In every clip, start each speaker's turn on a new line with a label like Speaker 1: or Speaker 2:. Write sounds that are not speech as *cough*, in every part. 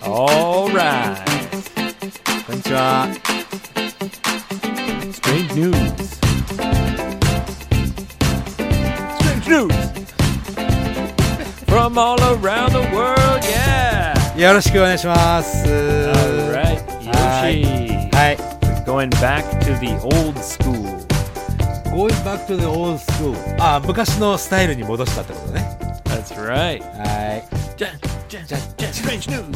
Speaker 1: Alright こんにちは Strange News Strange News From all around the world, yeah
Speaker 2: よろしくお願いします。は
Speaker 1: Alright, Yoshi
Speaker 2: い。
Speaker 1: Going back to the old school
Speaker 2: Going back to the old school. あ、昔のスタイルに戻したってことね。
Speaker 1: That's right
Speaker 2: はい。
Speaker 1: Strange News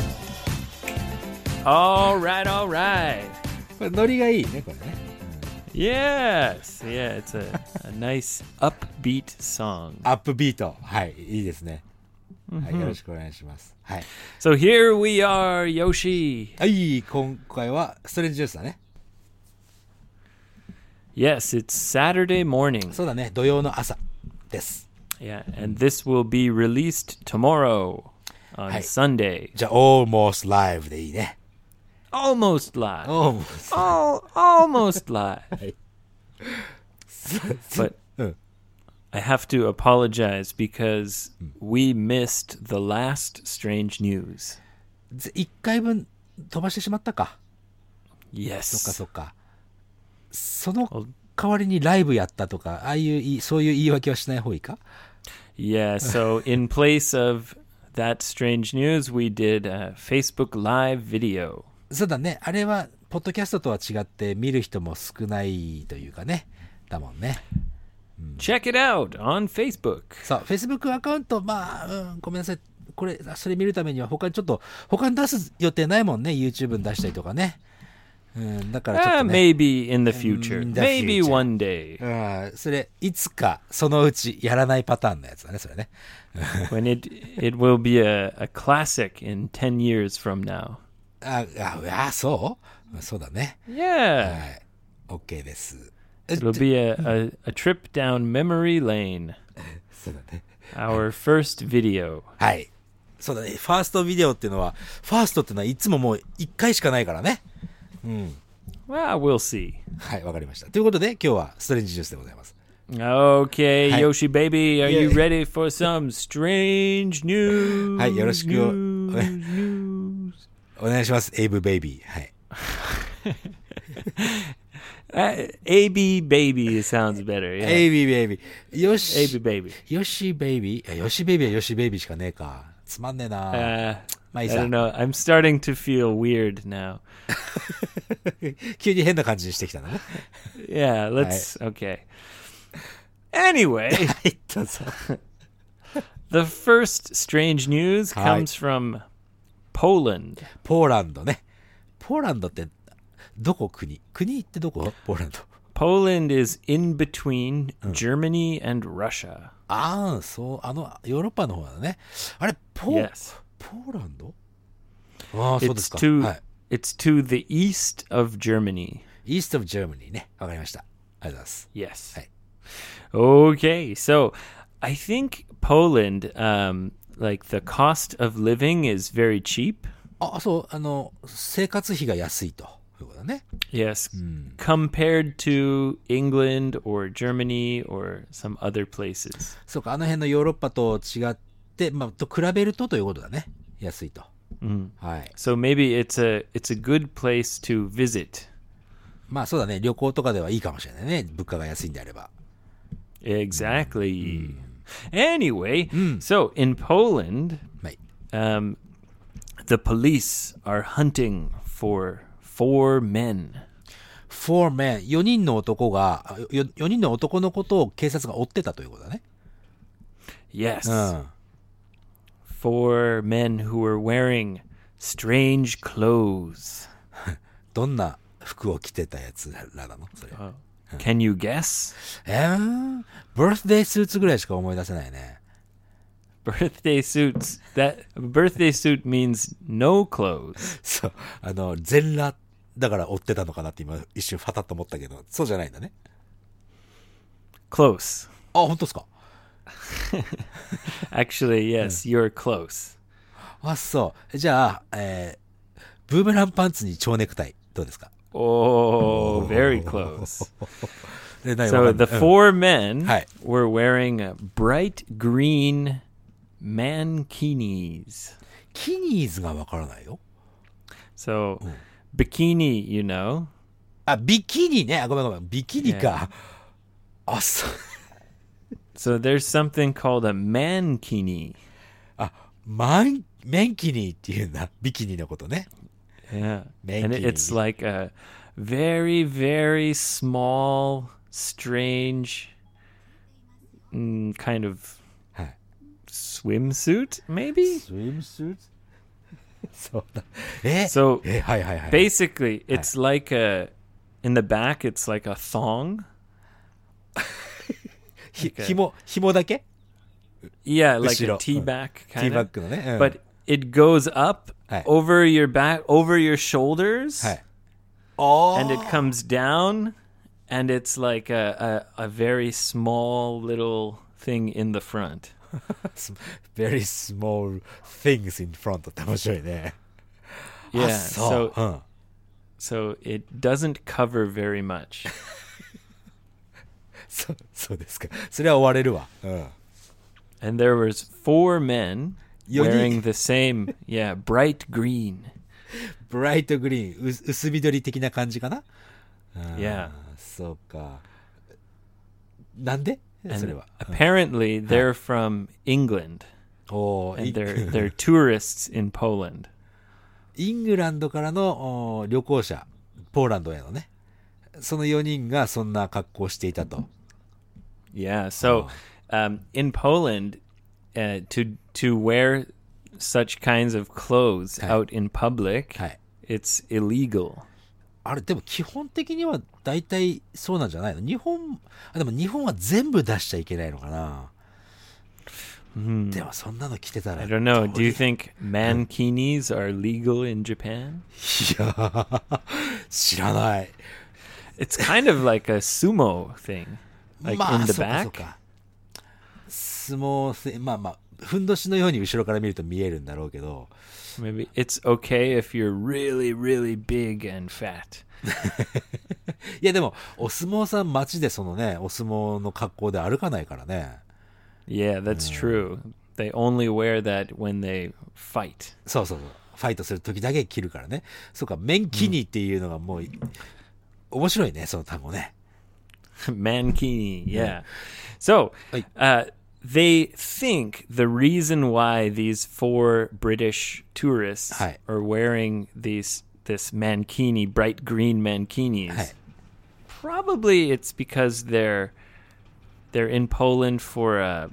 Speaker 1: Alright, alright
Speaker 2: これノリがいいね、これね。
Speaker 1: Yes, yeah, it's a, a nice upbeat song.
Speaker 2: アップビート。はい、いいですね。はい、よろしくお願いします。はい。
Speaker 1: So here we are, Yoshi.
Speaker 2: はい、今回はストレンジジュースだね。
Speaker 1: Yes, it's Saturday morning.
Speaker 2: そうだね、土曜の朝です。
Speaker 1: Yeah, and this will be released tomorrow on
Speaker 2: Hi.
Speaker 1: Sunday.
Speaker 2: じゃあ、almost live でいいね。
Speaker 1: Almost live.
Speaker 2: Oh. *laughs*
Speaker 1: Al-
Speaker 2: almost
Speaker 1: almost
Speaker 2: *laughs*
Speaker 1: live.
Speaker 2: そう
Speaker 1: But
Speaker 2: うん。
Speaker 1: I have to apologize because
Speaker 2: Hmm.
Speaker 1: we missed the last strange news.
Speaker 2: 一回分飛ばしてしまったか。そっか
Speaker 1: Yes.
Speaker 2: そっか。その代わりにライブやったとか、ああいうい、そういう言い訳はしない方がいいか *laughs*
Speaker 1: Yeah, so in place of that strange news, we did a Facebook live video.
Speaker 2: そうだね。あれは、ポッドキャストとは違って見る人も少ないというかね。だもんね。Hmm.
Speaker 1: Check it out on Facebook.
Speaker 2: そう、Facebook アカウント、まあ、うん、ごめんなさい。これ、あそれ見るためには他にちょっと、他に出す予定ないもんね。YouTube に出したりとかね。うん、だからちょっ
Speaker 1: Ah,
Speaker 2: とね。
Speaker 1: maybe in the future.
Speaker 2: In the
Speaker 1: maybe
Speaker 2: future.
Speaker 1: one day
Speaker 2: うん、それ、いつか、そのうちやらないパターンのやつだね、それね。
Speaker 1: when it it will be a, a classic in 10 years from now.
Speaker 2: あ、あ、あそうそうだね。
Speaker 1: Yeah.
Speaker 2: *sighs* はい。OK です。
Speaker 1: It'll be a, a, a trip down memory lane.
Speaker 2: *laughs* そうだね。
Speaker 1: Our first video.
Speaker 2: はい。そうだね。ファーストビデオっていうのは、ファーストっていうのはいつももう1回しかないからね。
Speaker 1: Well, Ah, we'll see.
Speaker 2: はい、わかりました。ということで、今日はストレンジジュースでございます。
Speaker 1: Okay,
Speaker 2: Hi.
Speaker 1: Yoshi baby, are you
Speaker 2: Yeah.
Speaker 1: ready for some
Speaker 2: *laughs*
Speaker 1: strange news?
Speaker 2: はい、よろしくお
Speaker 1: news, news.
Speaker 2: お願いします、エイブベイビー。はい。
Speaker 1: Uh, AB baby sounds better. Yeah.
Speaker 2: エイビーベイビー。よ
Speaker 1: AB
Speaker 2: し、
Speaker 1: baby.
Speaker 2: よしベイビー。いやよしベイビーはよしベイビーしかねえか。つまんねえな。
Speaker 1: Uh,
Speaker 2: My
Speaker 1: I don't
Speaker 2: son.
Speaker 1: know. I'm starting to feel weird now.
Speaker 2: *laughs* 急に変な感じにしてきたな。 *laughs* は
Speaker 1: Yeah, let's. Okay. Anyway, *laughs*
Speaker 2: い、どうぞ。
Speaker 1: the first strange news
Speaker 2: Hi.
Speaker 1: comes from Poland.
Speaker 2: ポーランドね。ポーランドって、どこ国国ってどこポーランド。
Speaker 1: Poland is in between
Speaker 2: Oh.
Speaker 1: Germany and Russia.
Speaker 2: ああ、そう、あの、ヨーロッパの方だね。あれ、ポー、
Speaker 1: Yes.
Speaker 2: ポーランドああ、そうで
Speaker 1: It's
Speaker 2: すか。
Speaker 1: to
Speaker 2: はい。
Speaker 1: it's to the east of Germany.
Speaker 2: イースト of Germany ね。わかりました。ありがとうございます。
Speaker 1: Yes.
Speaker 2: Hi.
Speaker 1: Okay, so I think Poland, um, like the cost of living is very cheap.
Speaker 2: あ、そう、あの、生活費が安いと。いうことだね。
Speaker 1: Yes, compared to England or Germany or some other places.
Speaker 2: そうか、あの辺のヨーロッパと違って、まあ、と比べるとということだね。安いと。はい。
Speaker 1: So maybe it's a it's a good place to visit.
Speaker 2: まあ、そうだね。旅行とかではいいかもしれないね。物価が安いんであれば。
Speaker 1: Exactly. Anyway, so in Poland,
Speaker 2: はい。
Speaker 1: um, the police are hunting for four men.
Speaker 2: four men。4人の男が、あよ4人の男のことを警察が追ってたということだね。
Speaker 1: Yes,
Speaker 2: うん。
Speaker 1: four men who were wearing strange clothes.
Speaker 2: どんな服を着てたやつらなのそれ。
Speaker 1: Can you guess?
Speaker 2: えー、バースデースーツぐらいしか思い出せないね。
Speaker 1: *laughs* Birthday suits. That a birthday suit means no clothes.
Speaker 2: そう。あの、全裸だから追ってたのかなって今一瞬ファタッと思ったけど、そうじゃないんだね。
Speaker 1: Close.
Speaker 2: あ、本当ですか。
Speaker 1: Actually, yes, you're close.
Speaker 2: あ、そう。じゃあ、えーブーメランパンツに蝶ネクタイ、どうですか
Speaker 1: Oh, very close.
Speaker 2: で何
Speaker 1: So
Speaker 2: わかんな
Speaker 1: the
Speaker 2: いうん
Speaker 1: four men
Speaker 2: Hi.
Speaker 1: were wearing a bright green mankinis.
Speaker 2: キニーズがわからないよ。
Speaker 1: So,
Speaker 2: Mm.
Speaker 1: bikini, you know.
Speaker 2: あ、ビキニね。あ、ごめんごめん。ビキニか。あ、そう。
Speaker 1: So there's something called a mankini.
Speaker 2: あ、マン、メンキニーっていうんだ。ビキニのことね。
Speaker 1: Yeah. And it-
Speaker 2: Mankini.
Speaker 1: it's like a very, very small, strange mm, kind of
Speaker 2: Huh.
Speaker 1: swimsuit, maybe?
Speaker 2: スイムスーツ *laughs* そうだ。え
Speaker 1: So
Speaker 2: え、はいはいはい。
Speaker 1: basically, it's like a, in the back, it's like a thong.
Speaker 2: ひ、
Speaker 1: Okay.
Speaker 2: 紐、紐だけ
Speaker 1: Yeah, like a
Speaker 2: Ushiro.
Speaker 1: tea back
Speaker 2: テ
Speaker 1: kind
Speaker 2: ィーバッ
Speaker 1: of.
Speaker 2: グのね。うん
Speaker 1: But it goes up
Speaker 2: uh. Hi.
Speaker 1: over your back, over your shoulders.
Speaker 2: はい。あ
Speaker 1: and it comes down and it's like a, a, a very small little thing in the front
Speaker 2: very small things in front って面白いね。
Speaker 1: yeah
Speaker 2: あそう。
Speaker 1: so so it doesn't cover very much
Speaker 2: うん。そそうですか。それは追われるわ。うん。
Speaker 1: and there was four men
Speaker 2: Yo, ye-
Speaker 1: wearing the same yeah bright green
Speaker 2: ブライトグリーン、う薄緑的な感じかな
Speaker 1: yeah
Speaker 2: そうか。なんでそれ
Speaker 1: and
Speaker 2: は。
Speaker 1: apparently they're from england
Speaker 2: おー
Speaker 1: and
Speaker 2: イ
Speaker 1: they're
Speaker 2: *laughs* ン
Speaker 1: they're tourists in poland
Speaker 2: イングランドからのおー旅行者、ポーランドへのね。その4人がそんな格好をしていたと。
Speaker 1: Yeah. So, um, in Poland, uh, to to wear such kinds of clothes
Speaker 2: Okay.
Speaker 1: out in public,
Speaker 2: はい。
Speaker 1: it's illegal.
Speaker 2: あれ、でも基本的には大体そうなんじゃないの日本、あ、でも日本は全部出しちゃいけないのかな、でもそんなの着てたら。
Speaker 1: I don't know. Do you think mankinis are legal in Japan?
Speaker 2: いやー *laughs* 知らない。
Speaker 1: It's kind of like a sumo thing, like
Speaker 2: まあ、
Speaker 1: in the
Speaker 2: そうかそ
Speaker 1: back.
Speaker 2: うか。相撲せ、まあまあ、ふんどしのように後ろから見ると見えるんだろうけど、
Speaker 1: Maybe it's okay if you're really, really big and fat.
Speaker 2: いやでも、お相撲さん街でそのね、お相撲の格好で歩かないからね。
Speaker 1: Yeah, that's true. They only wear that when they fight.
Speaker 2: そうそうそう。ファイトする時だけ着るからね。そうか、メンキニっていうのがもう、面白いね、その単語ね。
Speaker 1: *laughs* Mankini, yeah. So
Speaker 2: Hey.
Speaker 1: uh, they think the reason why these four British tourists
Speaker 2: Hi.
Speaker 1: are wearing these this mankini, bright green mankinis,
Speaker 2: Hi.
Speaker 1: probably it's because they're they're in Poland for a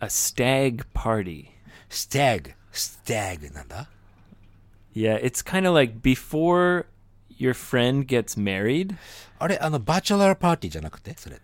Speaker 1: a stag party.
Speaker 2: ステグ、ステグなんだ
Speaker 1: Yeah, it's kind of like before your friend gets married.
Speaker 2: あれ、あの、バチェラーパーティーじゃなくてそれ。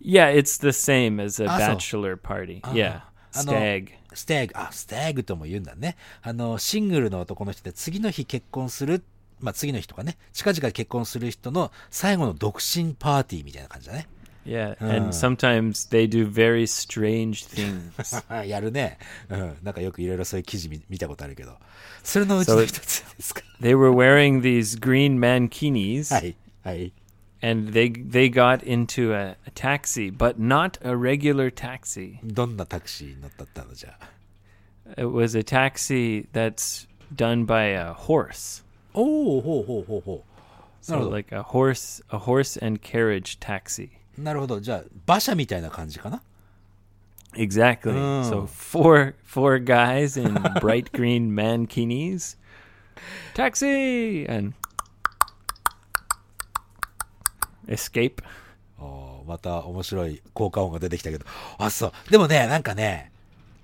Speaker 1: Yeah, it's the same as a
Speaker 2: Ah, so- Ah,
Speaker 1: bachelor party. yeah,
Speaker 2: I know.
Speaker 1: stag.
Speaker 2: ステグ、あ、ステグとも言うんだね。あの、シングルの男の人で次の日結婚する、まあ、次の日とかね、近々結婚する人の最後の独身パーティーみたいな感じだね。 *laughs*
Speaker 1: Yeah, and sometimes they do very strange
Speaker 2: *laughs*
Speaker 1: things.
Speaker 2: あやるね。うん。なんかよくいろいろそういう記事見見たことあるけど。それのうちの一つですか。
Speaker 1: they were wearing these green mankinis,
Speaker 2: はい。はい。
Speaker 1: and they they got into a, a taxi, but not a regular taxi.
Speaker 2: どんなタクシーに乗ったったのじゃあ。
Speaker 1: It was a taxi that's done by a horse.
Speaker 2: おおほうほうほうほう。な
Speaker 1: So
Speaker 2: るほ
Speaker 1: like a horse, a horse and carriage taxi.
Speaker 2: ど。なるほど。じゃあ、馬車みたいな感じかな。
Speaker 1: Exactly. So four four guys in bright green mankinis. Taxi and escape.
Speaker 2: おーまた面白い効果音が出てきたけど。あ、そう。でもね、なんかね、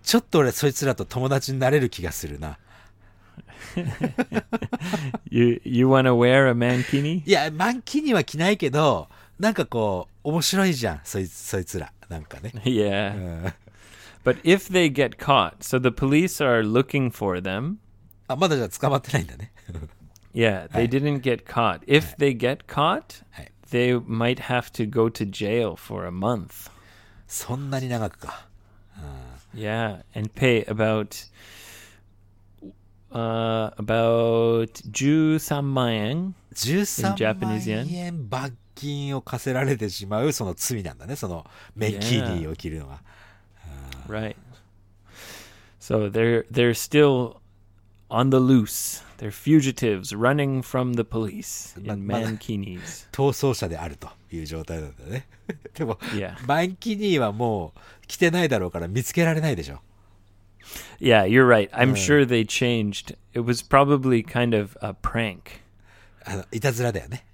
Speaker 2: ちょっと俺そいつらと友達になれる気がするな。
Speaker 1: You you want to wear a mankini?
Speaker 2: いや、満期には着ないけど、なんかこう、面白いじゃん。そいつ、そいつら。なんかね。
Speaker 1: *laughs* yeah.
Speaker 2: うん、
Speaker 1: But if they get caught, so the police are looking for them.
Speaker 2: あ、まだじゃあ捕まってないんだね。 *laughs*
Speaker 1: Yeah, they didn't get caught. If they get caught,
Speaker 2: Hey.
Speaker 1: they might have to go to jail for a month.
Speaker 2: そんなに長くか。
Speaker 1: Yeah, and pay about uh about Ju Samayang.
Speaker 2: 13
Speaker 1: Japanese
Speaker 2: 万
Speaker 1: yen?
Speaker 2: 円罰金を課せられてしまうその罪なんだね。そのメッキーニーを着るのは。
Speaker 1: Right. So they're they're still on the loose. They're fugitives running from the police
Speaker 2: Ma-
Speaker 1: in
Speaker 2: ma-
Speaker 1: mankinis.
Speaker 2: 逃走者であるという状態なんだ *laughs* ね。でも、
Speaker 1: Yeah.
Speaker 2: マンキニーはもう来てないだろうから見つけられないでしょ。
Speaker 1: Yeah, you're right. I'm sure they changed. It was probably kind of a prank.
Speaker 2: あの、いたずらだよね。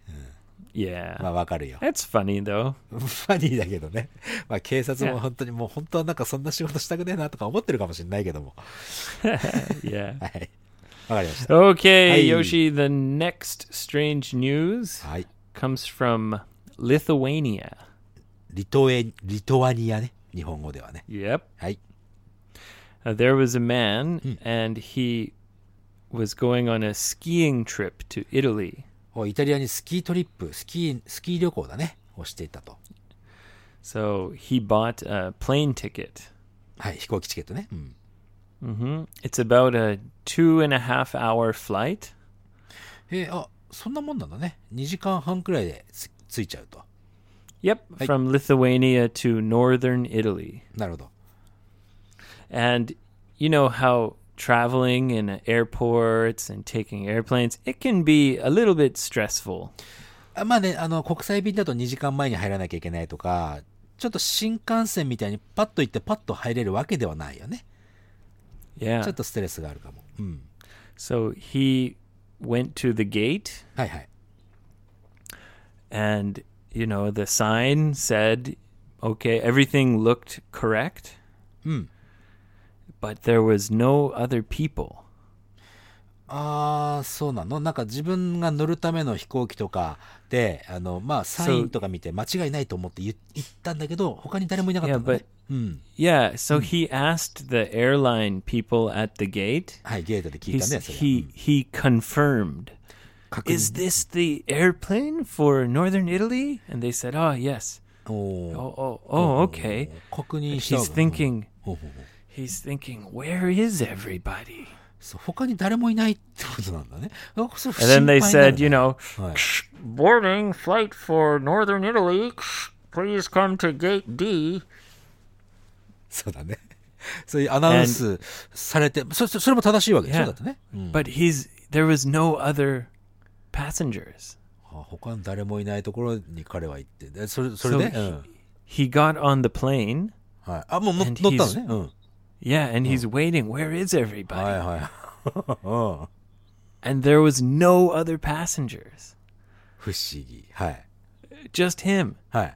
Speaker 1: Yeah.
Speaker 2: まあわかるよ。 *laughs*
Speaker 1: That's funny though.
Speaker 2: ファニーだけどね。まあ警察も本当にもう本当はなんかそんな仕事したくねえなとか思ってるかもしれないけども。
Speaker 1: Yeah.
Speaker 2: *laughs* はい。わかりました。
Speaker 1: Okay,
Speaker 2: Hey.
Speaker 1: Yoshi, the next strange news
Speaker 2: はい。
Speaker 1: comes from Lithuania.
Speaker 2: リトエ、リトアニアね。日本語ではね。
Speaker 1: Yep.
Speaker 2: はい。
Speaker 1: Uh, there was a man and he was going on a skiing trip to Italy.
Speaker 2: おイタリアにスキートリップ、スキー、スキー旅行だね。をしていたと。
Speaker 1: So he bought a plane ticket.
Speaker 2: はい。飛行機チケットね。うん。
Speaker 1: hmm It's about a two and a half hour flight.
Speaker 2: えーあ、そんなもんなんだね。2時間半くらいでつ着いちゃうと。
Speaker 1: Yep,
Speaker 2: Hey.
Speaker 1: from Lithuania to northern Italy.
Speaker 2: なるほど。
Speaker 1: And you know how traveling in airports and taking airplanes, it can be a little bit stressful.
Speaker 2: あまあね、あの、国際便だと2時間前に入らなきゃいけないとか、ちょっと新幹線みたいにパッと行ってパッと入れるわけではないよね。
Speaker 1: Yeah.
Speaker 2: ちょっとストレスがあるかも。うん。
Speaker 1: So he went to the gate
Speaker 2: はいはい。
Speaker 1: and you know the sign said okay, everything looked correct.
Speaker 2: Hmm.
Speaker 1: But there was no other people.
Speaker 2: あー、そうなのなんか自分が乗るための飛行機とかで、あの、まあ、サインとか見て間違いないと思って言言ったんだけど、他に誰もいなかったんだ
Speaker 1: Yeah,
Speaker 2: ね。
Speaker 1: Hmm.
Speaker 2: うん。
Speaker 1: Yeah, so he asked the airline people at the gate.
Speaker 2: はい、ゲートで聞いた
Speaker 1: He's,
Speaker 2: ね、それは。
Speaker 1: he he confirmed.
Speaker 2: 確
Speaker 1: Is
Speaker 2: 認。
Speaker 1: this the airplane for northern Italy? And they said, "Oh, yes.
Speaker 2: お
Speaker 1: Oh,
Speaker 2: ー
Speaker 1: oh, oh, okay."
Speaker 2: 確認したわ
Speaker 1: He's thinking
Speaker 2: ほうほうほう
Speaker 1: he's thinking, "Where is everybody?"
Speaker 2: そう他に誰もいないってことなんだね。あそれ不
Speaker 1: And
Speaker 2: 心
Speaker 1: then they
Speaker 2: 配にな
Speaker 1: said,
Speaker 2: るね
Speaker 1: you know,
Speaker 2: はい
Speaker 1: boarding flight for northern Italy. Please come to gate D.
Speaker 2: そうだね。 *laughs* そういうアナウンスされて、そそそれも正しいわけでしょ
Speaker 1: Yeah.
Speaker 2: だってね。うん、
Speaker 1: But he's there was no other passengers.
Speaker 2: あ他に誰もいないところに彼は行って、でそれそ
Speaker 1: So
Speaker 2: れで、
Speaker 1: he,
Speaker 2: うん
Speaker 1: he got on the plane.
Speaker 2: はい、あ、もうも
Speaker 1: And
Speaker 2: 乗ったのね。うん。
Speaker 1: Yeah, and he's waiting. Where is everybody?
Speaker 2: はいはい。うん
Speaker 1: And there was no other passengers.
Speaker 2: *laughs* 不思議。はい。
Speaker 1: Just him.
Speaker 2: はい。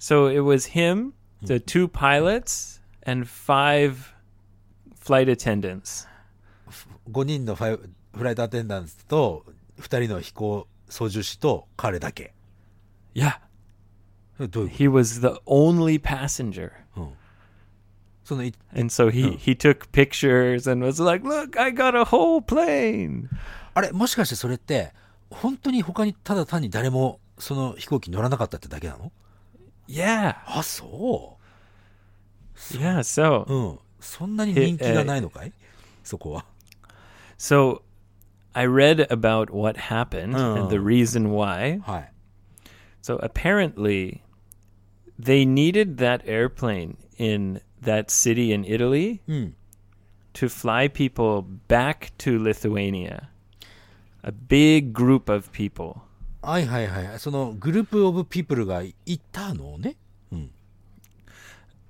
Speaker 1: So it was him, the two pilots, and five flight attendants.
Speaker 2: 5人のファイフライトアテンダントと、2人の飛行操縦士と彼だけ。
Speaker 1: Yeah,
Speaker 2: どういうこ
Speaker 1: he was the only passenger.
Speaker 2: と、うん、そのい
Speaker 1: And so he, he took pictures and was like, Look, I got a whole plane.
Speaker 2: あれ、もしかしてそれって、本当に他にただ単に誰もその飛行機乗らなかったってだけなの
Speaker 1: Yeah.
Speaker 2: あ、そ
Speaker 1: Yeah. So,
Speaker 2: う。うん。そんなに人気がないのかいそこは。
Speaker 1: so I read about what happened and
Speaker 2: Oh.
Speaker 1: the reason why.
Speaker 2: はい。
Speaker 1: So apparently, they needed that airplane in that city in Italy
Speaker 2: Hmm.
Speaker 1: to fly people back to Lithuania. A big group of people.
Speaker 2: はいはいはい。そのグループオブピープルがいたのね。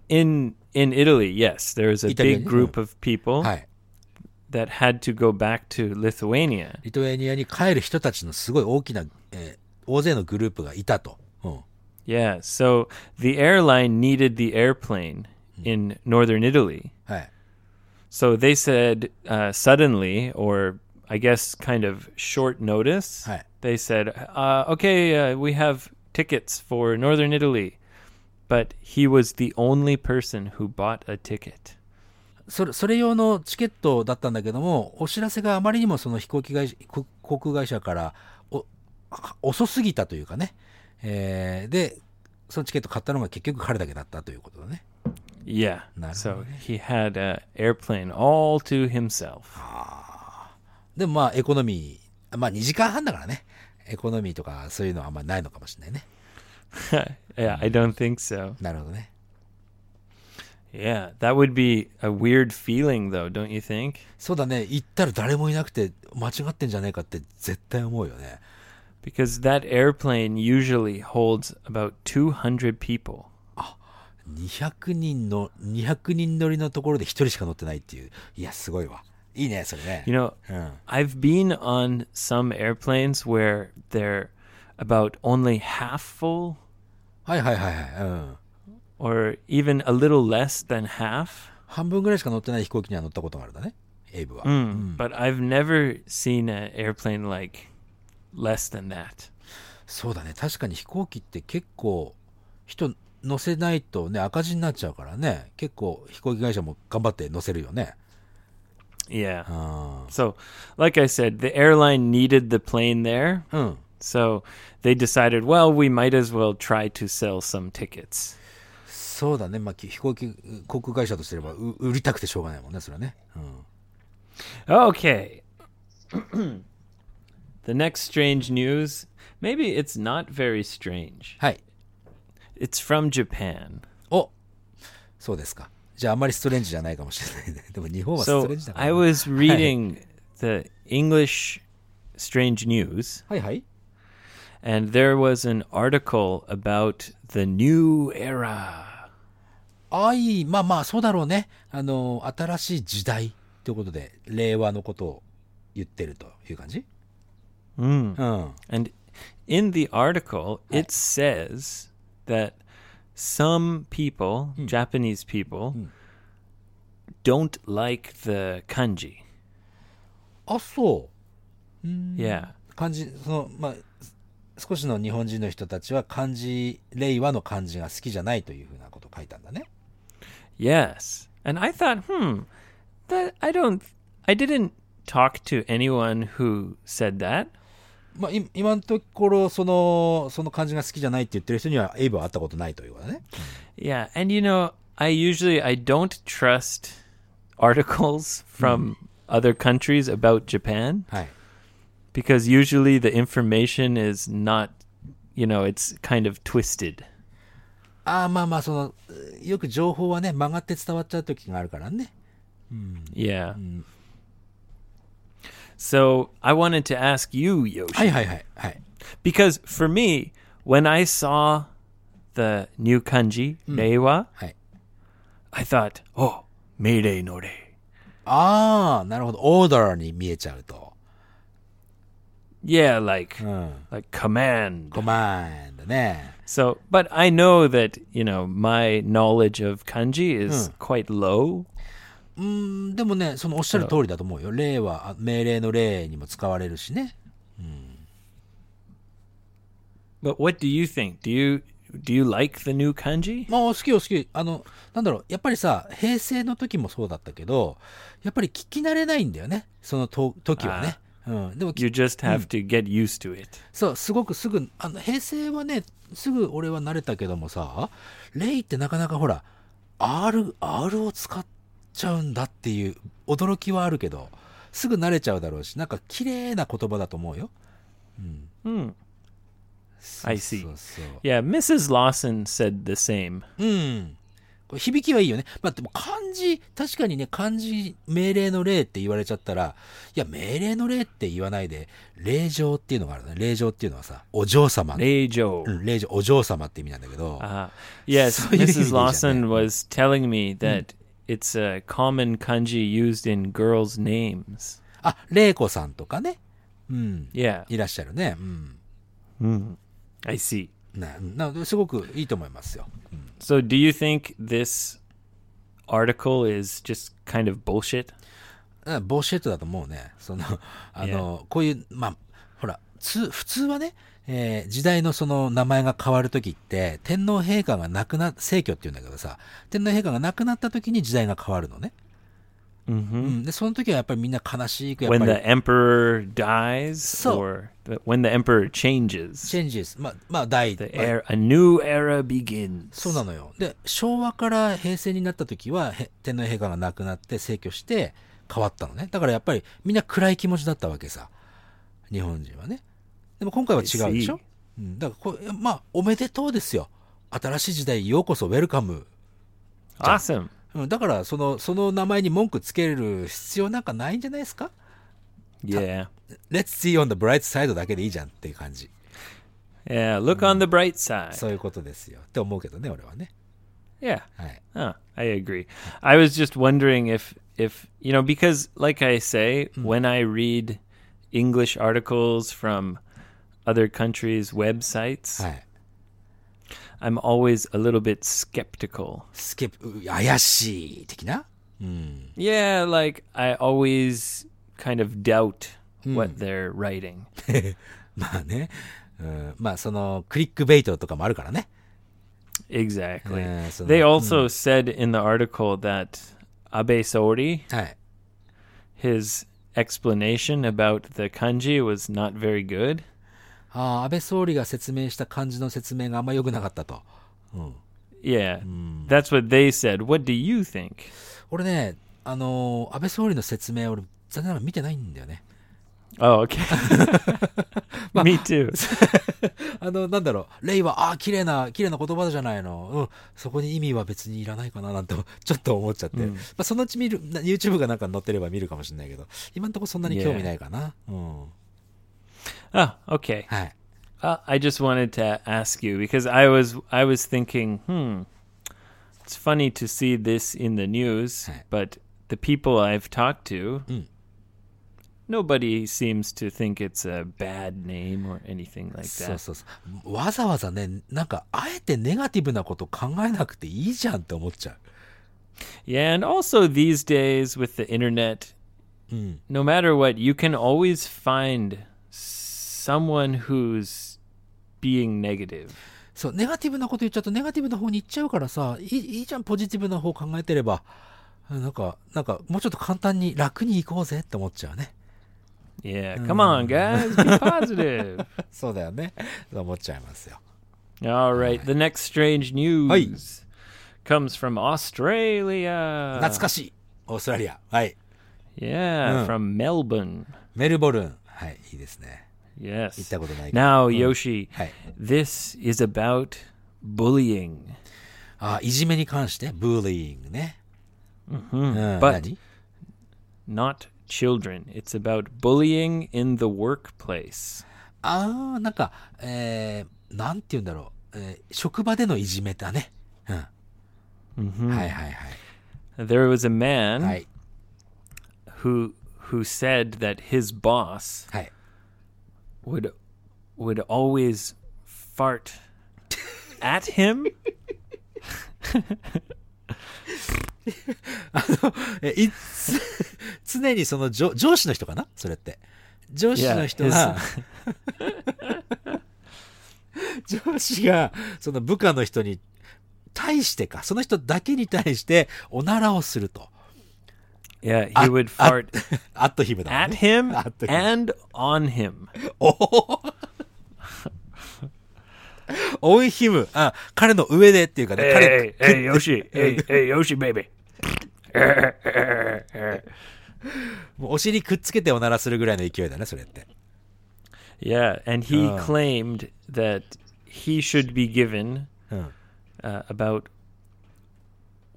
Speaker 1: In in Italy, yes, there was a
Speaker 2: Italian,
Speaker 1: big
Speaker 2: yeah.
Speaker 1: group of people
Speaker 2: はい。
Speaker 1: that had to go back to Lithuania.
Speaker 2: リトアニアに帰る人たちのすごい大きな、えー大勢のグループがいたと。うん。
Speaker 1: Yeah, so the airline needed the airplane
Speaker 2: Hmm.
Speaker 1: in northern Italy.
Speaker 2: はい。
Speaker 1: So they said uh, suddenly, or I guess kind of short notice,
Speaker 2: Hi.
Speaker 1: they said, uh, okay, uh, we have tickets for northern Italy. But he was the only person who bought a ticket.
Speaker 2: それ、それ用のチケットだったんだけども、お知らせがあまりにもその飛行機会社、こ航空会社から、お、は遅すぎたというかね。えーで、そのチケット買ったのが結局彼だけだったということだね。
Speaker 1: Yeah.
Speaker 2: Not
Speaker 1: So he had an airplane all to himself. *laughs*
Speaker 2: でもまあ、エコノミー、まあ2時間半だからね。エコノミーとかそういうのはあんまりないのかもしれないね。
Speaker 1: yeah, I don't think so.
Speaker 2: なるほどね。
Speaker 1: Yeah, that would be a weird feeling, though, don't you think?
Speaker 2: そうだね行ったら誰もいなくて間違ってんじゃねえかって絶対思うよね
Speaker 1: Because that airplane usually holds about 200 people.
Speaker 2: 200人の200人乗りのところで1人しか乗ってないっていういやすごいわいいねそれね
Speaker 1: You know,
Speaker 2: うん、
Speaker 1: I've been on some airplanes where they're about only half full
Speaker 2: はいはいはいはい、うん、
Speaker 1: or even a little less than half.
Speaker 2: 半分ぐらいしか乗ってない飛行機には乗ったことがあるんだねエイブは、
Speaker 1: Mm, But I've never seen an airplane like less than that.
Speaker 2: そうだね確かに飛行機って結構人乗せないとね赤字になっちゃうからね結構飛行機会社も頑張って乗せるよね
Speaker 1: Yeah.
Speaker 2: うん、
Speaker 1: So, like I said, the airline needed the plane there.
Speaker 2: うん、
Speaker 1: So they decided, well, we might as well try to sell some tickets.
Speaker 2: そうだね、まあ、き飛行機航空会社とすればう売りたくてしょうがないもんねそれはね、うん、
Speaker 1: Okay. *clears throat* the next strange news, maybe it's not very strange.
Speaker 2: はい
Speaker 1: It's from Japan.
Speaker 2: おそうですかじゃああんまりストレンジじゃないかもしれないね *laughs* でも日本はスト
Speaker 1: So
Speaker 2: レンジだから、
Speaker 1: I
Speaker 2: ね、
Speaker 1: was reading the English strange news,
Speaker 2: はいはい
Speaker 1: and there was an article about the new era.
Speaker 2: ああいいまあまあそうだろうねあの新しい時代ということで令和のことを言ってるという感じうん、
Speaker 1: And in the article, it says that some people, Japanese people, don't like the kanji.
Speaker 2: あそう
Speaker 1: Yeah.
Speaker 2: 漢字そのまあす少しの日本人の人たちは漢字令和の漢字が好きじゃないというふうなことを書いたんだね
Speaker 1: Yes. And I thought, hmm, that I don't, I didn't talk to anyone who said that.
Speaker 2: まあい今のところそのその漢字が好きじゃないって言ってる人にはエイブは会ったことないということだね
Speaker 1: Yeah, and you know, I usually I don't trust articles from other countries about Japan
Speaker 2: はい
Speaker 1: because usually the information is not, you know, it's kind of twisted.
Speaker 2: ああまあまあそのえーよく情報はね曲がって伝わっちゃう時があるからね
Speaker 1: Yeah. So, I wanted to ask you, Yoshi,
Speaker 2: はいはいはいはい
Speaker 1: because for me, when I saw the new kanji, Reiwa,
Speaker 2: はい。
Speaker 1: I thought, "Oh, Meirei no rei."
Speaker 2: ああ、なるほど。オーダーに見えちゃうと。
Speaker 1: Yeah, like
Speaker 2: うん。
Speaker 1: like command.
Speaker 2: コマンドね。
Speaker 1: So, but I know that, you know, my knowledge of kanji is quite low.
Speaker 2: うーん、でもね、そのおっしゃる通りだと思うよ。例は、あ命令の例にも使われるしね。
Speaker 1: But what do you think? Do you do you like the new kanji?
Speaker 2: まあ、好きよ好き。あの、なんだろう、やっぱりさ、平成の時もそうだったけど、やっぱり聞き慣れないんだよね。そのと時はね。うん。でも、
Speaker 1: You just have to get used to it.
Speaker 2: そう、すごくすぐ、あの、平成はね、すぐ俺は慣れたけどもさ、レイってなかなかほら、R、R を使っちゃうんだっていう驚きはあるけど、すぐ慣れちゃうだろうし、なんか綺麗な言葉だと思うよ。うん。
Speaker 1: I see.
Speaker 2: そうそう
Speaker 1: Yeah, Mrs. Lawson said the same.
Speaker 2: うん。これ響きはいいよね。まあでも漢字、確かにね、漢字、命令の例って言われちゃったら、いや、命令の例って言わないで、令状っていうのがあるね。令状っていうのはさ、お嬢様の
Speaker 1: Reijo.
Speaker 2: うん、令嬢、お嬢様って意味なんだけど、 *laughs*
Speaker 1: Uh, yes,
Speaker 2: So you *laughs* need to
Speaker 1: Mrs.
Speaker 2: do
Speaker 1: Lawson
Speaker 2: that.
Speaker 1: was telling me
Speaker 2: Mm.
Speaker 1: that it's a common kanji used in girls' names.
Speaker 2: あ、玲子さんとかね、うん、
Speaker 1: Yeah.
Speaker 2: いらっしゃるね。うん。
Speaker 1: I see.
Speaker 2: な、な、すごくいいと思いますよ。
Speaker 1: So, do you think this article is just kind of bullshit?
Speaker 2: うんボーシェットだと思うね。その、あの、こういう、まあ、ほら、つ普通はね、えー時代のその名前が変わるときって、天皇陛下が亡くな、逝去って言うんだけどさ、天皇陛下が亡くなったときに時代が変わるのね。うん。で、その時はやっぱりみんな悲しく、やっ
Speaker 1: when
Speaker 2: ぱり
Speaker 1: the emperor dies
Speaker 2: So-
Speaker 1: or the- when the emperor changes
Speaker 2: チェンジです。まあ、まあ、第一
Speaker 1: the era a new era begins
Speaker 2: そうなのよ。で、昭和から平成になった時は、へ天皇陛下が亡くなって、逝去して、変わったのね。だからやっぱり、みんな暗い気持ちだったわけさ。日本人はね。でも今回は違うでしょ
Speaker 1: I see.
Speaker 2: うん。だからこれ、まあ、おめでとうですよ。新しい時代、ようこそ、ウェルカム。
Speaker 1: awesome
Speaker 2: うんうん、だからその、その名前に文句つける必要なんかないんじゃないですか
Speaker 1: Yeah.
Speaker 2: ?Let's see on the bright side だけでいいじゃんっていう感じ。
Speaker 1: Yeah. Look on the bright side.
Speaker 2: そういうことですよ。って思うけどね、俺はね。
Speaker 1: Yeah.
Speaker 2: はい。
Speaker 1: Huh, I agree. I was just wondering if if you know because like I say,
Speaker 2: Hmm.
Speaker 1: when I read English articles from other countries' websites,
Speaker 2: はい。
Speaker 1: I'm always a little bit skeptical.
Speaker 2: スケプ、う怪しい的な
Speaker 1: Yeah, like I always kind of doubt
Speaker 2: Hmm.
Speaker 1: what they're writing.
Speaker 2: *laughs* まあね。うん、まあその、クリックベイトとかもあるからね。
Speaker 1: Exactly.
Speaker 2: Yeah, so
Speaker 1: they
Speaker 2: that- hmm.
Speaker 1: also said in the article that Abe Sori,
Speaker 2: はい。
Speaker 1: his explanation about the kanji was not very good.
Speaker 2: ああ、安倍総理が説明した漢字の説明があんま良くなかったと。
Speaker 1: Yeah, that's what they said. What do you think?
Speaker 2: 俺ね、あのー安倍総理の説明俺、残念ながら見てないんだよね。
Speaker 1: Oh, okay. *laughs* Me too.
Speaker 2: *laughs* あの、なんだろう、レイは、ああ、綺麗な、綺麗な言葉じゃないの。うん、そこに意味は別にいらないかな、なんて、 *laughs* ちょっと思っちゃって。まあ、そのうち見る、な YouTube がなんか載ってれば見るかもしれないけど、今んとこそんなに興味ないかな。うん。
Speaker 1: *laughs* Oh, okay.
Speaker 2: はい。
Speaker 1: Uh, I just wanted to ask you because I was I was thinking, hmm, it's funny to see this in the news,
Speaker 2: Right.
Speaker 1: but the people I've talked to, nobody seems to think it's a bad name or anything like
Speaker 2: そう
Speaker 1: that.
Speaker 2: そうそう。わざわざね、なんか、あえてネガティブなこと考えなくていいじゃんって思っちゃう。
Speaker 1: Yeah, and also these days with the internet, no matter what, you can always find someone who's being negative.
Speaker 2: そう、ネガティブなこと言っちゃうと、ネガティブな方に行っちゃうからさ、いいいいじゃん、ポジティブな方考えてれば。うんなんか、なんか、もうちょっと簡単に楽に行こうぜって思っちゃうね。
Speaker 1: Yeah, come on, guys, be positive.
Speaker 2: *laughs* そうだよね。そう思っちゃいますよ。
Speaker 1: All right, the next strange news comes from Australia.
Speaker 2: 懐かしい。オーストラリア。はい。
Speaker 1: Yeah,
Speaker 2: Mm.
Speaker 1: from Melbourne.
Speaker 2: メルボルン。はい、いいですね。行っ
Speaker 1: Yes.
Speaker 2: たことないけど。
Speaker 1: Now, Yoshi,
Speaker 2: Hey.
Speaker 1: this is about bullying.
Speaker 2: あ、いじめに関して、ブーリングね。うん、
Speaker 1: But-
Speaker 2: 何
Speaker 1: not children. It's about bullying in the workplace.
Speaker 2: ああ、なんか、えー、なんて言うんだろう。えー職場でのいじめだね。うん。はいはいはい。
Speaker 1: There was a man
Speaker 2: はい。
Speaker 1: who who said that his boss
Speaker 2: はい。
Speaker 1: would would always fart at *laughs* him.
Speaker 2: *laughs* え、いつ、常にその上上司の人かなそれって。上司の人が、 *laughs* 上司が、その部下の人に対してか、その人だけに対して、おならをすると。
Speaker 1: Yeah, he would
Speaker 2: *laughs*
Speaker 1: fart
Speaker 2: アットヒムだもん
Speaker 1: at
Speaker 2: ね。
Speaker 1: him
Speaker 2: At him.
Speaker 1: and on him.
Speaker 2: お *laughs* おオンヒム。あ、彼の上でっていうかね、彼、
Speaker 1: hey, Yoshi. Hey, hey, Yoshi, baby.
Speaker 2: もうお尻くっつけておならするぐらいの勢いだね、それって。
Speaker 1: Yeah, and he claimed that he should be given
Speaker 2: Hmm.
Speaker 1: uh, about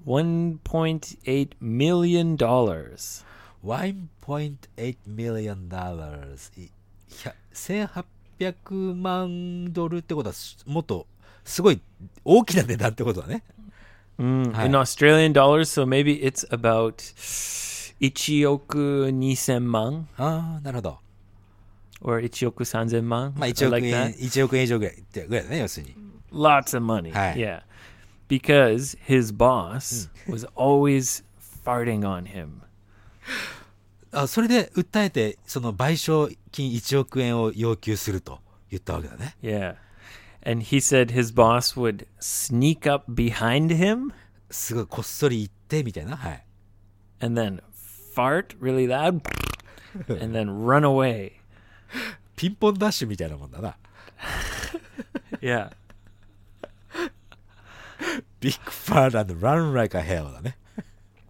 Speaker 1: $1.8 million. dollars.
Speaker 2: 1.8 million dollars いひゃ1800万ドルってことはすもっとすごい大きな値段ってことだね
Speaker 1: In Australian dollars, so maybe it's about 1億2000万
Speaker 2: ああなるほど
Speaker 1: or 1億3000万
Speaker 2: まあ1億
Speaker 1: like
Speaker 2: 円、
Speaker 1: that.
Speaker 2: 一億円以上ぐらいってぐらいだね要するに
Speaker 1: Lots of money.
Speaker 2: Hi.
Speaker 1: Yeah. Because his boss was always farting on him.
Speaker 2: あそれで訴えてその賠償金1億円を要求すると言ったわけだね
Speaker 1: Yeah. And he said his boss would sneak up behind him
Speaker 2: すごいこっそり行ってみたいなはい
Speaker 1: and then fart really loud *laughs* and then run away.
Speaker 2: ピンポンダッシュみたいなもんだな
Speaker 1: Yeah.
Speaker 2: ビッグファーランドランライカヘアだね
Speaker 1: *laughs*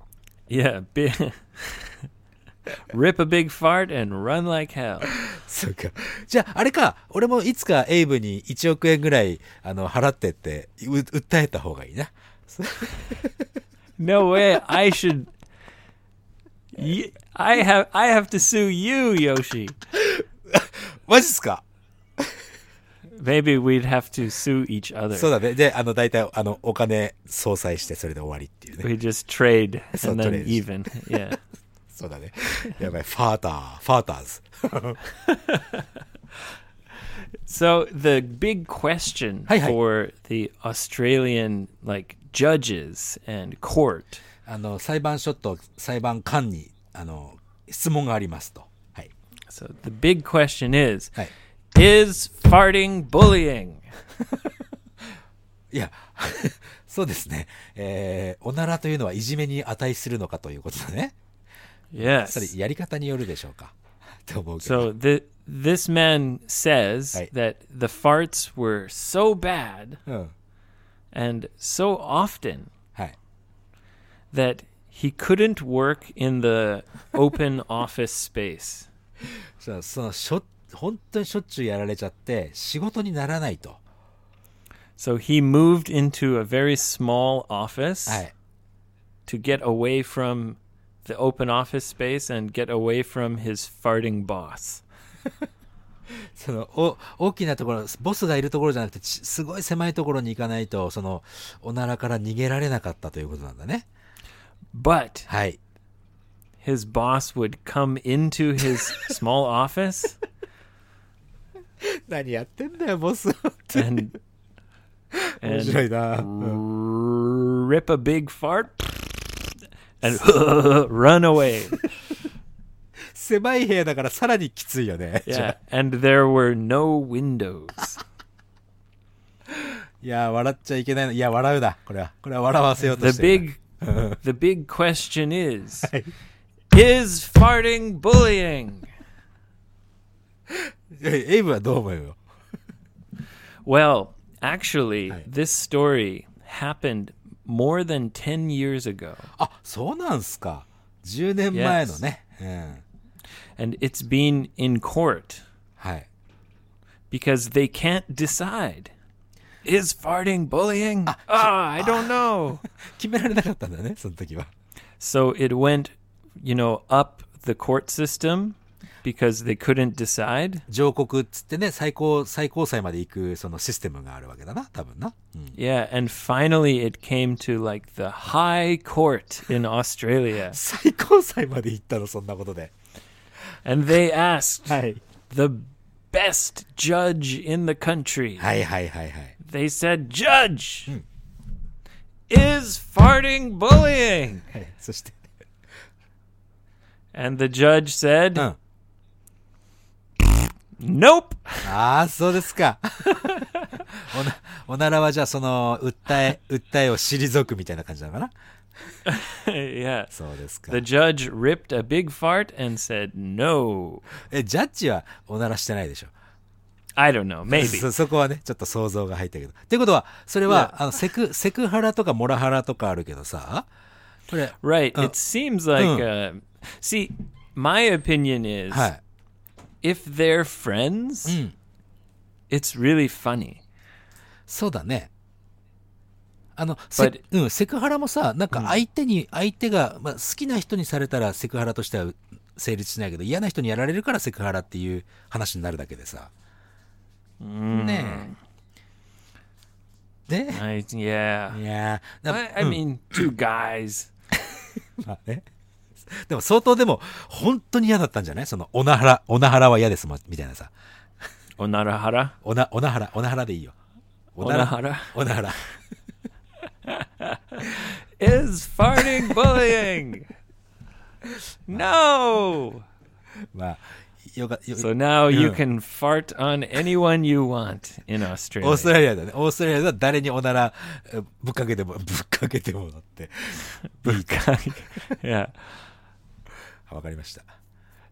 Speaker 2: *laughs*
Speaker 1: Yeah. Bi- *laughs* Rip a big fart and run like hell.
Speaker 2: そうか。じゃあ、あれか、俺もいつかエイブに1億円ぐらい、あの、払ってって、う訴えた方がいいな。
Speaker 1: No way. I should. Y- I have I have to sue you, Yoshi.
Speaker 2: マジっすか
Speaker 1: Maybe we'd have to sue each other.
Speaker 2: そうだね。で、あの、大体、あの、お金相殺して、それで終わりっていうね。
Speaker 1: we just trade
Speaker 2: So
Speaker 1: and then
Speaker 2: trade.
Speaker 1: even. Yeah.
Speaker 2: そうだね。やばい、ファーター、ファーターズ。
Speaker 1: So the big question
Speaker 2: Hi, hi.
Speaker 1: for the Australian like judges and court
Speaker 2: *laughs* あの、裁判所と裁判官に、あの、質問がありますと。はい。
Speaker 1: So the big question is
Speaker 2: はい。
Speaker 1: is farting bullying?
Speaker 2: いや、 *laughs* そうですね。えー、おならというのはいじめに値するのかということだね。それ、
Speaker 1: Yes.
Speaker 2: やり方によるでしょうか。 *laughs* と思うけど。
Speaker 1: So the this man says
Speaker 2: Hi.
Speaker 1: that the farts were so bad
Speaker 2: うん。
Speaker 1: and so often
Speaker 2: はい。
Speaker 1: that he couldn't work in the open *laughs* office space.
Speaker 2: そうそのしょ、本当にしょっちゅうやられちゃって、仕事にならないと。
Speaker 1: So he moved into a very small office
Speaker 2: はい。
Speaker 1: to get away from the open office space and get away from his farting boss.
Speaker 2: そのお大きなところボスがいるところじゃなくてちすごい狭いところに行かないとそのおならから逃げられなかったということなんだね
Speaker 1: But
Speaker 2: はい *laughs*
Speaker 1: his boss would come into his small office
Speaker 2: 何やってんだよボス
Speaker 1: and
Speaker 2: 面白
Speaker 1: and
Speaker 2: いな、
Speaker 1: rip a big fart and *laughs* run away.
Speaker 2: 狭い部屋だからさらにきついよね
Speaker 1: Yeah, and there were no windows.
Speaker 2: いや笑っちゃいけないのいや笑うなこれはこれは笑わせようと
Speaker 1: The
Speaker 2: してる
Speaker 1: big the big question is is farting bullying?
Speaker 2: えエイブはどう思うよ
Speaker 1: Well, actually, this story happened more than 10 years ago,
Speaker 2: あそうなんすか10年前のね、うん、
Speaker 1: and it's been in court
Speaker 2: はい
Speaker 1: because they can't decide. Is farting bullying? Ah, I don't know.
Speaker 2: 決められなかったんだねその時は
Speaker 1: so it went, you know, up the court system because they couldn't decide.
Speaker 2: 上告っつってね最高最高裁まで行くそのシステムがあるわけだな多分な、うん
Speaker 1: Yeah, and finally it came to like the high court in Australia.
Speaker 2: 最高裁まで行ったのそんなことで
Speaker 1: And they asked
Speaker 2: い
Speaker 1: the best judge in the country.
Speaker 2: はいはいはいはい
Speaker 1: They said, Judge, is farting bullying?
Speaker 2: はいそして
Speaker 1: And the judge said,
Speaker 2: うんあ
Speaker 1: Nope. *laughs*
Speaker 2: あそうですかおなおならはじゃあその訴え訴えを退くみたいな感じなのかな
Speaker 1: yeah.
Speaker 2: そうですか
Speaker 1: The judge ripped a big fart and said, No.
Speaker 2: えジャッジはおならしてないでしょ
Speaker 1: I don't know.
Speaker 2: *laughs*
Speaker 1: Maybe.
Speaker 2: そそこはねちょっと想像が入ったけどってことはそれは、あのセクセクハラとかモラハラとかあるけどさこれ
Speaker 1: Right. It seems like. Uh, see, my opinion is
Speaker 2: はい
Speaker 1: if they're friends,
Speaker 2: Mm.
Speaker 1: it's really funny.
Speaker 2: そうだね。あの、せ
Speaker 1: But-
Speaker 2: うん、セクハラもさ、なんか相手に、相手が、まあ、好きな人にされたらセクハラとしては成立しないけど、嫌な人にやられるからセクハラっていう話になるだけでさ。ねえ。ね
Speaker 1: I, yeah.
Speaker 2: いやーな
Speaker 1: I, I
Speaker 2: うん
Speaker 1: mean, two guys.
Speaker 2: まあね。 *laughs* でも相当でも、本当に嫌だったんじゃないその、おなはら、おなはらは嫌ですもん、みたいなさ。
Speaker 1: Onarahara.
Speaker 2: おな、おなはら、おなはらでいいよ。おなら、
Speaker 1: Onarahara.
Speaker 2: おなはら。
Speaker 1: Is farting bullying? no.
Speaker 2: まあ、よか、よ
Speaker 1: So now you
Speaker 2: Yeah.
Speaker 1: can fart on anyone you want in
Speaker 2: オ
Speaker 1: *laughs*
Speaker 2: ー
Speaker 1: Australia.
Speaker 2: ストラリアだね。オーストラリアでは誰におならえぶっかけても、 *laughs* ぶっかけてもだって。
Speaker 1: yeah.
Speaker 2: わかりました。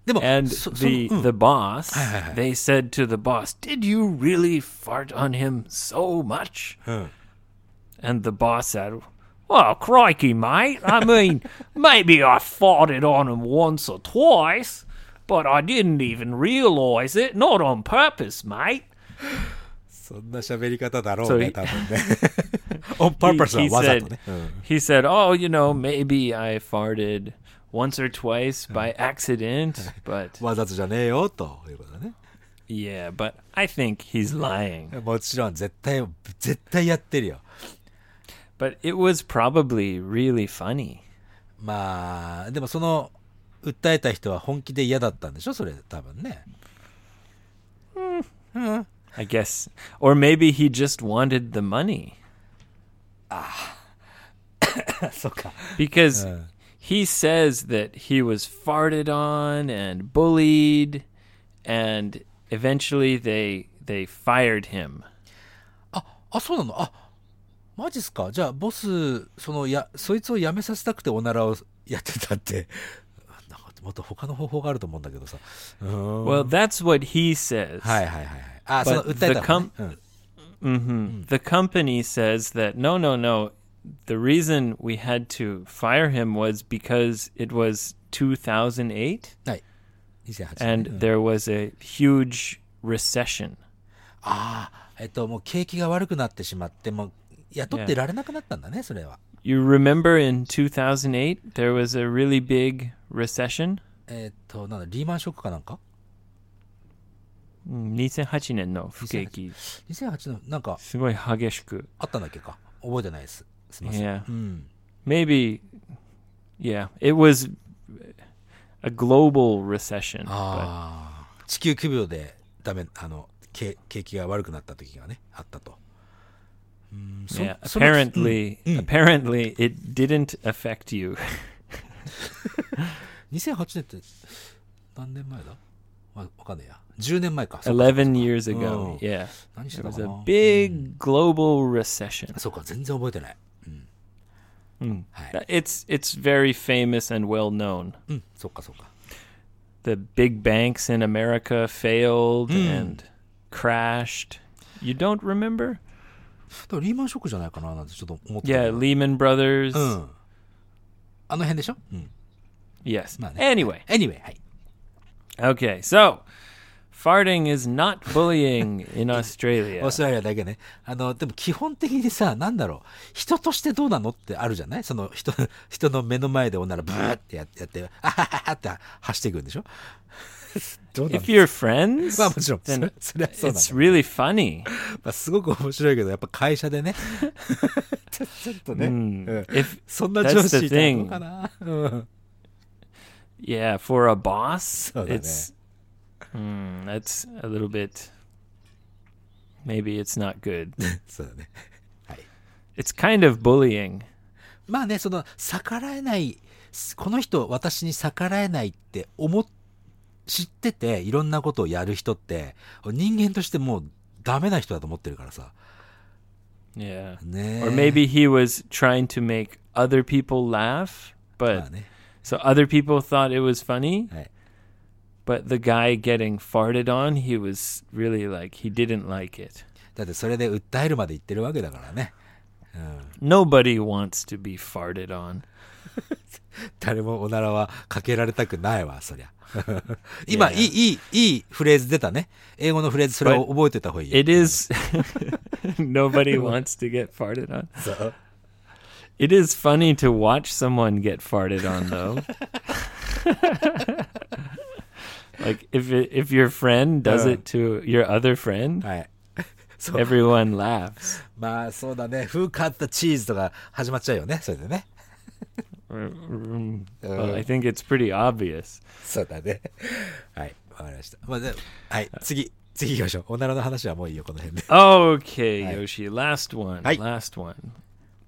Speaker 2: でも、
Speaker 1: And
Speaker 2: そそ
Speaker 1: the
Speaker 2: うん
Speaker 1: the boss,
Speaker 2: hi, hi.
Speaker 1: they said to the boss, "Did you really fart on him so much?"
Speaker 2: うん、
Speaker 1: And the boss said, "Well, crikey, mate. I mean, maybe I farted on him once or twice, but I didn't even realize it. Not on purpose, mate."
Speaker 2: そんな喋り方だろ
Speaker 1: So
Speaker 2: うね、 *laughs*
Speaker 1: he-
Speaker 2: 多分ね。 On purpose
Speaker 1: he
Speaker 2: はわざ
Speaker 1: said,
Speaker 2: とね。うん
Speaker 1: he said, "Oh, you know, maybe I farted once or twice by accident, but
Speaker 2: わざとじゃねえよ、ということだね。
Speaker 1: yeah, but I think he's lying.
Speaker 2: もちろん、絶対、絶対やってるよ。
Speaker 1: But it was probably really funny."
Speaker 2: まあ、でもその、訴えた人は本気で嫌だったんでしょそれ、多分ね。
Speaker 1: *laughs* I guess. Or maybe he just wanted the money
Speaker 2: そっか。
Speaker 1: because he says that he was farted on and bullied and eventually they they fired him.
Speaker 2: あ、そうなのあ、マジっすかじゃあ、ボス、その、や、そいつを辞めさせたくておならをやってたって、 *laughs* なんかもっと他の方法があると思うんだけどさ。うーん
Speaker 1: Well, that's what he says.
Speaker 2: はいはいはいはい。あ、その、訴えた
Speaker 1: the
Speaker 2: のね
Speaker 1: com- Mm. The company says that no, no, no. The reason we had to fire him was because it was 2008
Speaker 2: うんはい。2008年。
Speaker 1: and there was a huge recession.
Speaker 2: ああ、えっと、もう景気が悪くなってしまって、もう雇ってられなくなったんだね、それは。
Speaker 1: You remember in 2008 there was a really big recession?
Speaker 2: えっと、なんだ、リーマンショックかなんか
Speaker 1: 2008年の不景気。すごい激しく。
Speaker 2: ?2008 の、なんか、あったんだっけか覚えてないです。すみません。
Speaker 1: Yeah.
Speaker 2: うん。
Speaker 1: Maybe, yeah. It was a global recession.
Speaker 2: Ah, ああ。地球規模で、ダメ、あの、景景気が悪くなった時がね、あったと。うん、そ
Speaker 1: Yeah,
Speaker 2: その
Speaker 1: apparently, apparently it didn't affect you. *laughs*
Speaker 2: 2008年って、何年前だわわかんねえや。10年前か。そうか
Speaker 1: 11 years ago. Yeah.
Speaker 2: 何して
Speaker 1: It
Speaker 2: た
Speaker 1: was
Speaker 2: か
Speaker 1: a
Speaker 2: な
Speaker 1: big global recession.
Speaker 2: そうか、全然覚えてない。
Speaker 1: Uh, It's it's very famous and well known.
Speaker 2: うん、そっかそっか。
Speaker 1: The big banks in America failed and crashed. You don't remember?
Speaker 2: だからリーマンショックじゃないかななんてちょっと思ってた
Speaker 1: Yeah,
Speaker 2: けど
Speaker 1: Lehman Brothers.
Speaker 2: うん。あの辺でしょうん。
Speaker 1: Yes.
Speaker 2: まあね。
Speaker 1: Anyway,
Speaker 2: Anyway, はい。
Speaker 1: okay. So, farting is not bullying in Australia.
Speaker 2: オーストラリアだけね。あの、でも基本的にさ、なんだろう。人としてどうなのってあるじゃないその人、 *laughs* 人の目の前で女らブーってやって、やってあはははって走っていくんでしょどうなの
Speaker 1: If you're
Speaker 2: *laughs*
Speaker 1: friends,
Speaker 2: まあもちろん、それ
Speaker 1: then
Speaker 2: それはそうなんだ
Speaker 1: it's really funny.
Speaker 2: まあ、すごく面白いけど、やっぱ会社でね。ちょ *laughs* ちょっと *laughs* ね。うん、
Speaker 1: Hmm. If
Speaker 2: そんな上
Speaker 1: that's the
Speaker 2: 司いたらどう
Speaker 1: thing.
Speaker 2: かな。うん。
Speaker 1: Yeah, for a boss,
Speaker 2: Oh, that
Speaker 1: it's Hmm, that's a little bit. Maybe it's not
Speaker 2: *laughs*
Speaker 1: good.
Speaker 2: そうだね。はい。
Speaker 1: it's kind of bullying.
Speaker 2: まあね、その、逆らえない、すこの人、私に逆らえないって思っ、知ってて、いろんなことをやる人って、人間としてもうダメな人だと思ってるからさ。
Speaker 1: Yeah.
Speaker 2: ね
Speaker 1: Or maybe he was trying to make other people laugh,
Speaker 2: ま
Speaker 1: but
Speaker 2: あね。
Speaker 1: so other people thought it was funny,
Speaker 2: はい。
Speaker 1: but the guy getting farted on, he was really like he didn't like it.
Speaker 2: だってそれで訴えるまで言ってるわけだからね。
Speaker 1: Nobody wants to be farted on.
Speaker 2: 誰もおならはかけられたくないわ、 *laughs* そりゃ。今、
Speaker 1: い
Speaker 2: い
Speaker 1: やい
Speaker 2: い、いい、いいフレーズ出たね。英語のフレーズ、それを覚えてた方がいいよ。
Speaker 1: It
Speaker 2: *laughs*
Speaker 1: is *laughs* nobody wants to get farted on.
Speaker 2: そう
Speaker 1: It is funny to watch someone get farted on, though. like if it, if your friend does
Speaker 2: Yeah.
Speaker 1: it to your other friend,
Speaker 2: はい。 *laughs* そう。
Speaker 1: everyone laughs.
Speaker 2: まあ、そうだね。Who cut the cheese とか始まっちゃうよね、それでね。
Speaker 1: Well, I think it's pretty obvious.
Speaker 2: そうだね。 *laughs* はい、わかりました。まあ、ではい、次、次行きましょう。おならの話はもういいよ、この辺で。
Speaker 1: Okay, Yoshi, last one.
Speaker 2: Aye.
Speaker 1: Last one.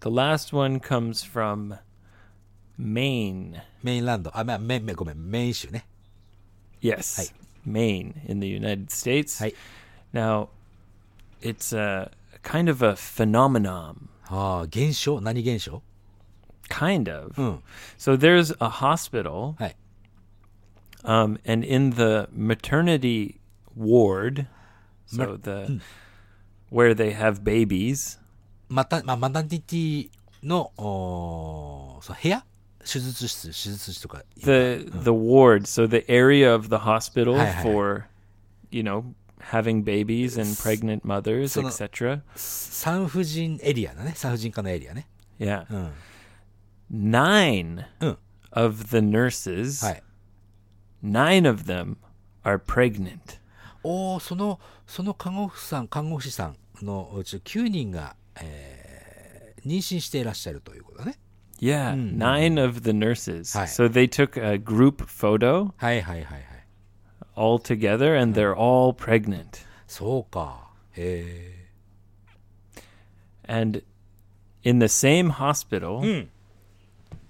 Speaker 1: The last one comes from Maine.
Speaker 2: *laughs* メインランド。あ、まあ、メイン、メインごめん、メイン州ね。
Speaker 1: Yes.
Speaker 2: Aye.
Speaker 1: Maine in the United States.
Speaker 2: Aye.
Speaker 1: Now, it's a kind of a phenomenon.
Speaker 2: ああ、現象何現象
Speaker 1: Kind of.
Speaker 2: うん。
Speaker 1: So there's a hospital,
Speaker 2: はい。
Speaker 1: um, and in the maternity ward, so
Speaker 2: hmm.
Speaker 1: the where they have babies,
Speaker 2: また、まあ、マタニティの、おーそう部屋手術室、手術室とか。
Speaker 1: the the ward, so the area of the hospital
Speaker 2: Hi, hi, hi.
Speaker 1: for, you know, having babies and pregnant mothers,
Speaker 2: その-
Speaker 1: etc.
Speaker 2: 産婦人エリアだね産婦人科のエリアね
Speaker 1: Yeah.
Speaker 2: うん、
Speaker 1: Nine
Speaker 2: うん、
Speaker 1: of the nurses,
Speaker 2: はい
Speaker 1: nine of them are pregnant.
Speaker 2: おおそのその看護婦さん看護師さんのうち9人が、えー妊娠していらっしゃるということだね
Speaker 1: Yeah, nine of the nurses.
Speaker 2: Hi.
Speaker 1: So they took a group photo
Speaker 2: はいはいはいはい
Speaker 1: all together and they're all pregnant.
Speaker 2: そうかへえ
Speaker 1: And in the same hospital,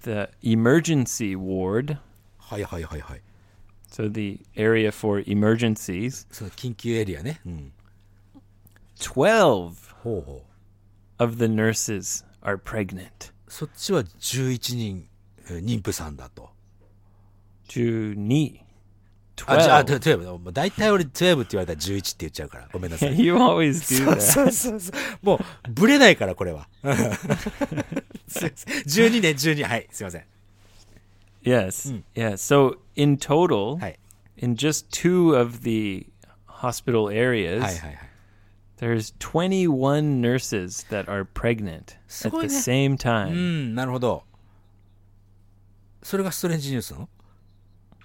Speaker 1: the emergency ward,
Speaker 2: はいはいはいはい
Speaker 1: so the area for emergencies,
Speaker 2: その緊急エリアねうん
Speaker 1: 12
Speaker 2: ほうほう
Speaker 1: of the nurses are pregnant.
Speaker 2: そっちは11人、えー妊婦さんだ *laughs* と。
Speaker 1: 12.
Speaker 2: あ、じゃあ、
Speaker 1: 12.
Speaker 2: 12。大体俺12って言われたら11って言っちゃうから。ごめんなさ
Speaker 1: *laughs*
Speaker 2: い。
Speaker 1: You always do
Speaker 2: *laughs* そう
Speaker 1: that.
Speaker 2: そうそうそう。もう、ブレないから、こ *laughs* れは。うんすいません12ね、12。はい、すいません。
Speaker 1: Yes. Yeah. So in total,
Speaker 2: はい。
Speaker 1: in just two of the hospital areas,
Speaker 2: はいはいはい。
Speaker 1: there's 21 nurses that are pregnant at the
Speaker 2: すごいね。
Speaker 1: same
Speaker 2: う
Speaker 1: time.
Speaker 2: ん、なるほど。それがストレンジニュースなの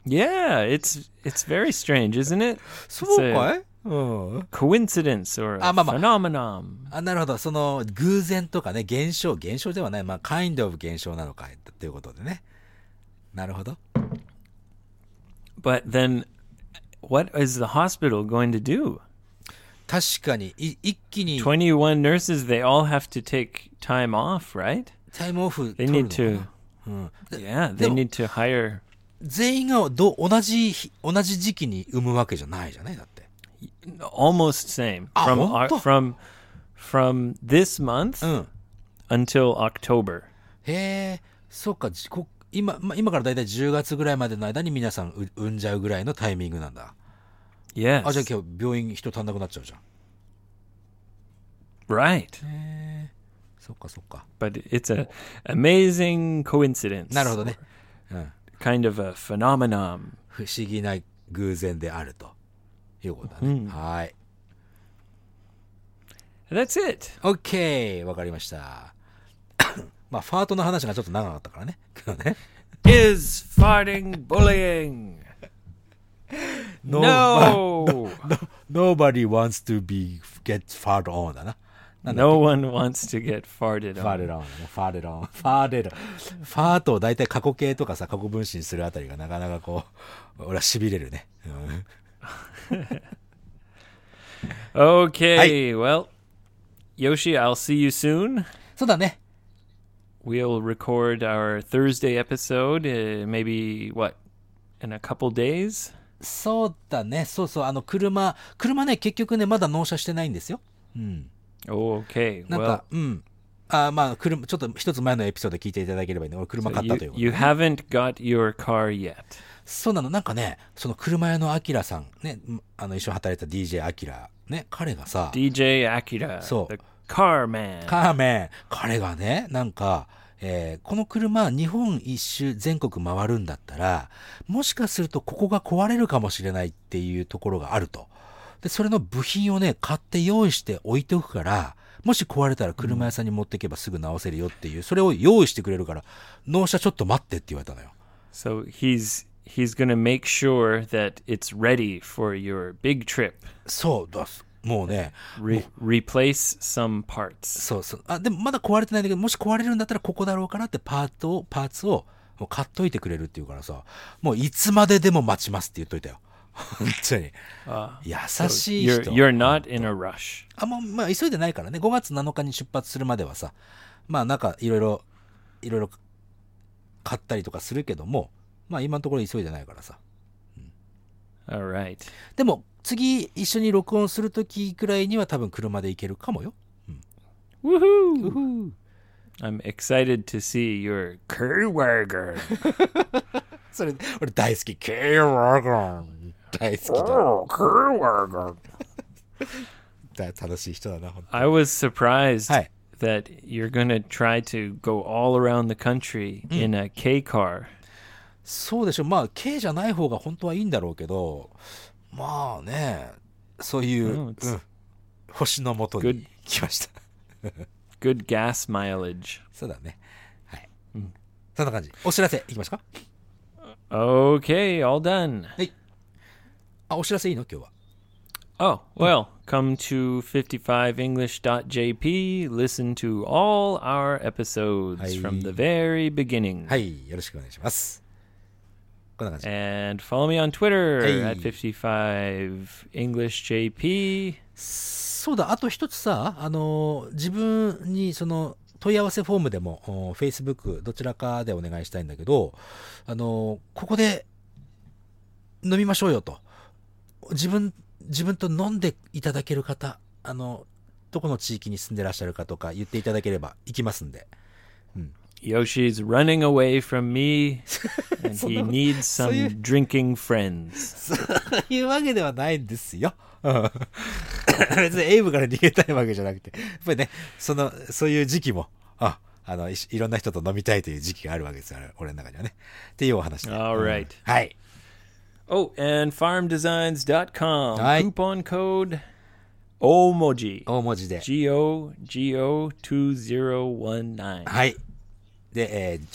Speaker 1: Yeah, it's it's very strange, isn't it?
Speaker 2: そう
Speaker 1: か
Speaker 2: かいうん。
Speaker 1: Coincidence or a
Speaker 2: あ、まあまあ。
Speaker 1: phenomenon.
Speaker 2: あ、なるほど。その、偶然とかね、現象、現象ではない。まあ、kind of 現象なのかい、ということでね。なるほど。
Speaker 1: But then what is the hospital going to do?
Speaker 2: 確かに、い一気に。
Speaker 1: 21 nurses, they all have to take time off, right?
Speaker 2: タイムオフ
Speaker 1: They
Speaker 2: 取る
Speaker 1: need
Speaker 2: のかな
Speaker 1: to Yeah, they
Speaker 2: でも-
Speaker 1: need to hire
Speaker 2: 全員がど同じ日同じ時期に産むわけじゃないじゃないだって。
Speaker 1: almost same
Speaker 2: Ah,
Speaker 1: from
Speaker 2: honto?
Speaker 1: Oc- from from this month
Speaker 2: うん。
Speaker 1: until October.
Speaker 2: へえ、そうか、じこ今、ま、今からだいたい10月ぐらいまでの間に皆さんう産んじゃうぐらいのタイミングなんだ。
Speaker 1: Yes.
Speaker 2: あ、じゃあ今日病院人足んなくなっちゃうじゃん。
Speaker 1: Right.
Speaker 2: そっかそっか。
Speaker 1: But it's a amazing coincidence.
Speaker 2: なるほどね。
Speaker 1: Kind of a phenomenon.
Speaker 2: 不思議な偶然であるということだね。はーい。
Speaker 1: That's it.
Speaker 2: OK! わかりました。 *coughs* まあ、ファートの話がちょっと長かったからね。 *laughs* 今日ね。
Speaker 1: Is farting *laughs* bullying?
Speaker 2: No.
Speaker 1: *laughs* No.
Speaker 2: Nobody wants to be, get fart on だな。
Speaker 1: No one wants to get farted
Speaker 2: フ
Speaker 1: on.
Speaker 2: ァーデロンね。ファーデロン。ファーデロン。ファートを大体過去形とかさ、過去分詞にするあたりがなかなかこう、俺は痺れるね。うん、
Speaker 1: Okay. Well, Yoshi, I'll see you soon.
Speaker 2: そうだね。
Speaker 1: We'll record our Thursday episode, uh, maybe what, in a couple days?
Speaker 2: そうだね。そうそう。あの、車、車ね、結局ね、まだ納車してないんですよ。
Speaker 1: Okay.
Speaker 2: なん
Speaker 1: Well,
Speaker 2: か、うん。あーまあ、車、ちょっと一つ前のエピソード聞いていただければいいね。俺車買ったという
Speaker 1: you,
Speaker 2: ことで
Speaker 1: you haven't got your car yet.
Speaker 2: そうなの。なんかね、その車屋のアキラさん、ね、あの、一緒に働いた DJ アキラ、ね、彼がさ、
Speaker 1: DJ Akira,
Speaker 2: So-
Speaker 1: the car man.
Speaker 2: カーメン彼がねなんか、えーこの車日本一周全国回るんだったらもしかするとここが壊れるかもしれないっていうところがあるとでそれの部品をね買って用意して置いておくからもし壊れたら車屋さんに持っていけばすぐ直せるよっていうそれを用意してくれるから納車ちょっと待ってって言われたのよ
Speaker 1: So he's he's going to make sure that it's ready for your big trip.
Speaker 2: そうだもうね
Speaker 1: Re- replace some parts.
Speaker 2: そうそうあでもまだ壊れてないんだけどもし壊れるんだったらここだろうからってパートをパーツをもう買っといてくれるっていうからさもういつまででも待ちますって言っといた *laughs* よ本当に優しい
Speaker 1: You're
Speaker 2: 人
Speaker 1: you're not in a rush.
Speaker 2: あもう、まあ、急いでないからね5月7日に出発するまではさまあなんかいろいろいろいろ買ったりとかするけどもまあ今のところ急いでないからさ
Speaker 1: All right.
Speaker 2: でも次一緒に録音する時くらいには多分車で行けるかもよ
Speaker 1: Woohoo! I'm excited to see your car
Speaker 2: *laughs*
Speaker 1: wagon.
Speaker 2: それ俺大好き K ワゴン大好きだだ楽しい人だな、本
Speaker 1: I was surprised
Speaker 2: Hi.
Speaker 1: that you're going to try to go all around the country
Speaker 2: Mm.
Speaker 1: in a K car.
Speaker 2: そうでしょ。まあ、K じゃない方が本当はいいんだろうけど、まあね、そういう、
Speaker 1: うん
Speaker 2: うん星のもとに
Speaker 1: Good
Speaker 2: 来ました。 *laughs*
Speaker 1: Good gas mileage.
Speaker 2: そうだね。はい。
Speaker 1: うん
Speaker 2: そんな感じ。お知らせいきますか
Speaker 1: Okay, all done.
Speaker 2: あ、お知らせいいの今日は。
Speaker 1: Oh, well, come to 55english.jp. Listen to all our episodes
Speaker 2: Hi.
Speaker 1: from the very beginning.
Speaker 2: はい。よろしくお願いします。こんな感じ。
Speaker 1: And follow me on Twitter
Speaker 2: Hey.
Speaker 1: at 55englishjp.
Speaker 2: そうだ、あと一つさ、あのー自分にその問い合わせフォームでも、お Facebook どちらかでお願いしたいんだけど、あのーここで飲みましょうよと。自分、自分と飲んでいただける方、あのどこの地域に住んでらっしゃるかとか言っていただければ行きますんで。
Speaker 1: Yoshi's running away from
Speaker 2: *laughs*
Speaker 1: me, and he
Speaker 2: そんなこと-
Speaker 1: needs some
Speaker 2: そういう-
Speaker 1: drinking
Speaker 2: *laughs*
Speaker 1: friends.
Speaker 2: そういうわけではないんですよ。うん、別にエイブから逃げたいわけじゃなくて、やっぱりね、その、そういう時期も、あ、あの、いしいろんな人と飲みたいという時期があるわけですよ、俺の中にはね。っていうお話で。
Speaker 1: All right.
Speaker 2: はい。
Speaker 1: Oh, and farmdesigns.com.
Speaker 2: Hi. Oh.
Speaker 1: Coupon code OMOJI.
Speaker 2: 大文字で。
Speaker 1: G O G O 2019.
Speaker 2: はい。で、えー、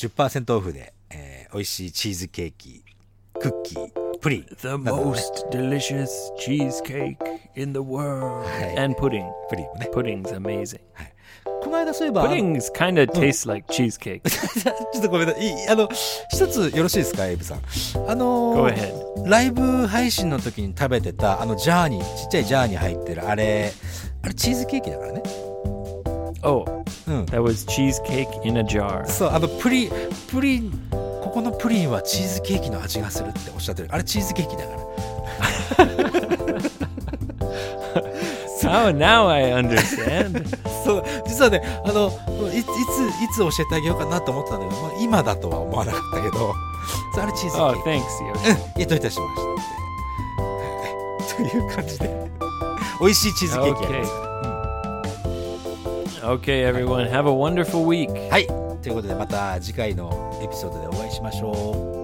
Speaker 2: 10%オフで、えー、美味しいチーズケーキ、クッキー、プリン。
Speaker 1: The most delicious cheesecake in the world.
Speaker 2: Hey.
Speaker 1: And pudding.
Speaker 2: プリンもね。
Speaker 1: Pudding's amazing.
Speaker 2: この間そういえば、あの
Speaker 1: Puddings kind of taste like cheesecake.
Speaker 2: *laughs* ちょっとごめんなさいい。あの、一つよろしいですか、エイブさん。あの
Speaker 1: Go ahead
Speaker 2: ライブ配信の時に食べてた、あの、ジャーに、ちっちゃいジャーに入ってる、あれ、あれ、チーズケーキだからね。
Speaker 1: Oh,
Speaker 2: うん。
Speaker 1: that was cheesecake in a jar.
Speaker 2: *laughs* そう、あの、プリン、プリン、ここのプリンはチーズケーキの味がするっておっしゃってる。あれ、チーズケーキだから。
Speaker 1: Oh, now I understand.
Speaker 2: そう、実はね、あの、いいつ、いつ教えてあげようかなと思ってたんだけど、まあ、今だとは思わなかったけど、そうあれ、チーズケー
Speaker 1: oh,
Speaker 2: キ。
Speaker 1: thanks, Yoshi.
Speaker 2: いや、どういたしまして。 *laughs* という感じで。美味しいチーズケーキやります。
Speaker 1: Hmm. Okay, everyone, have a wonderful week.
Speaker 2: はい。ということで、また次回のエピソードでお会いしましょう。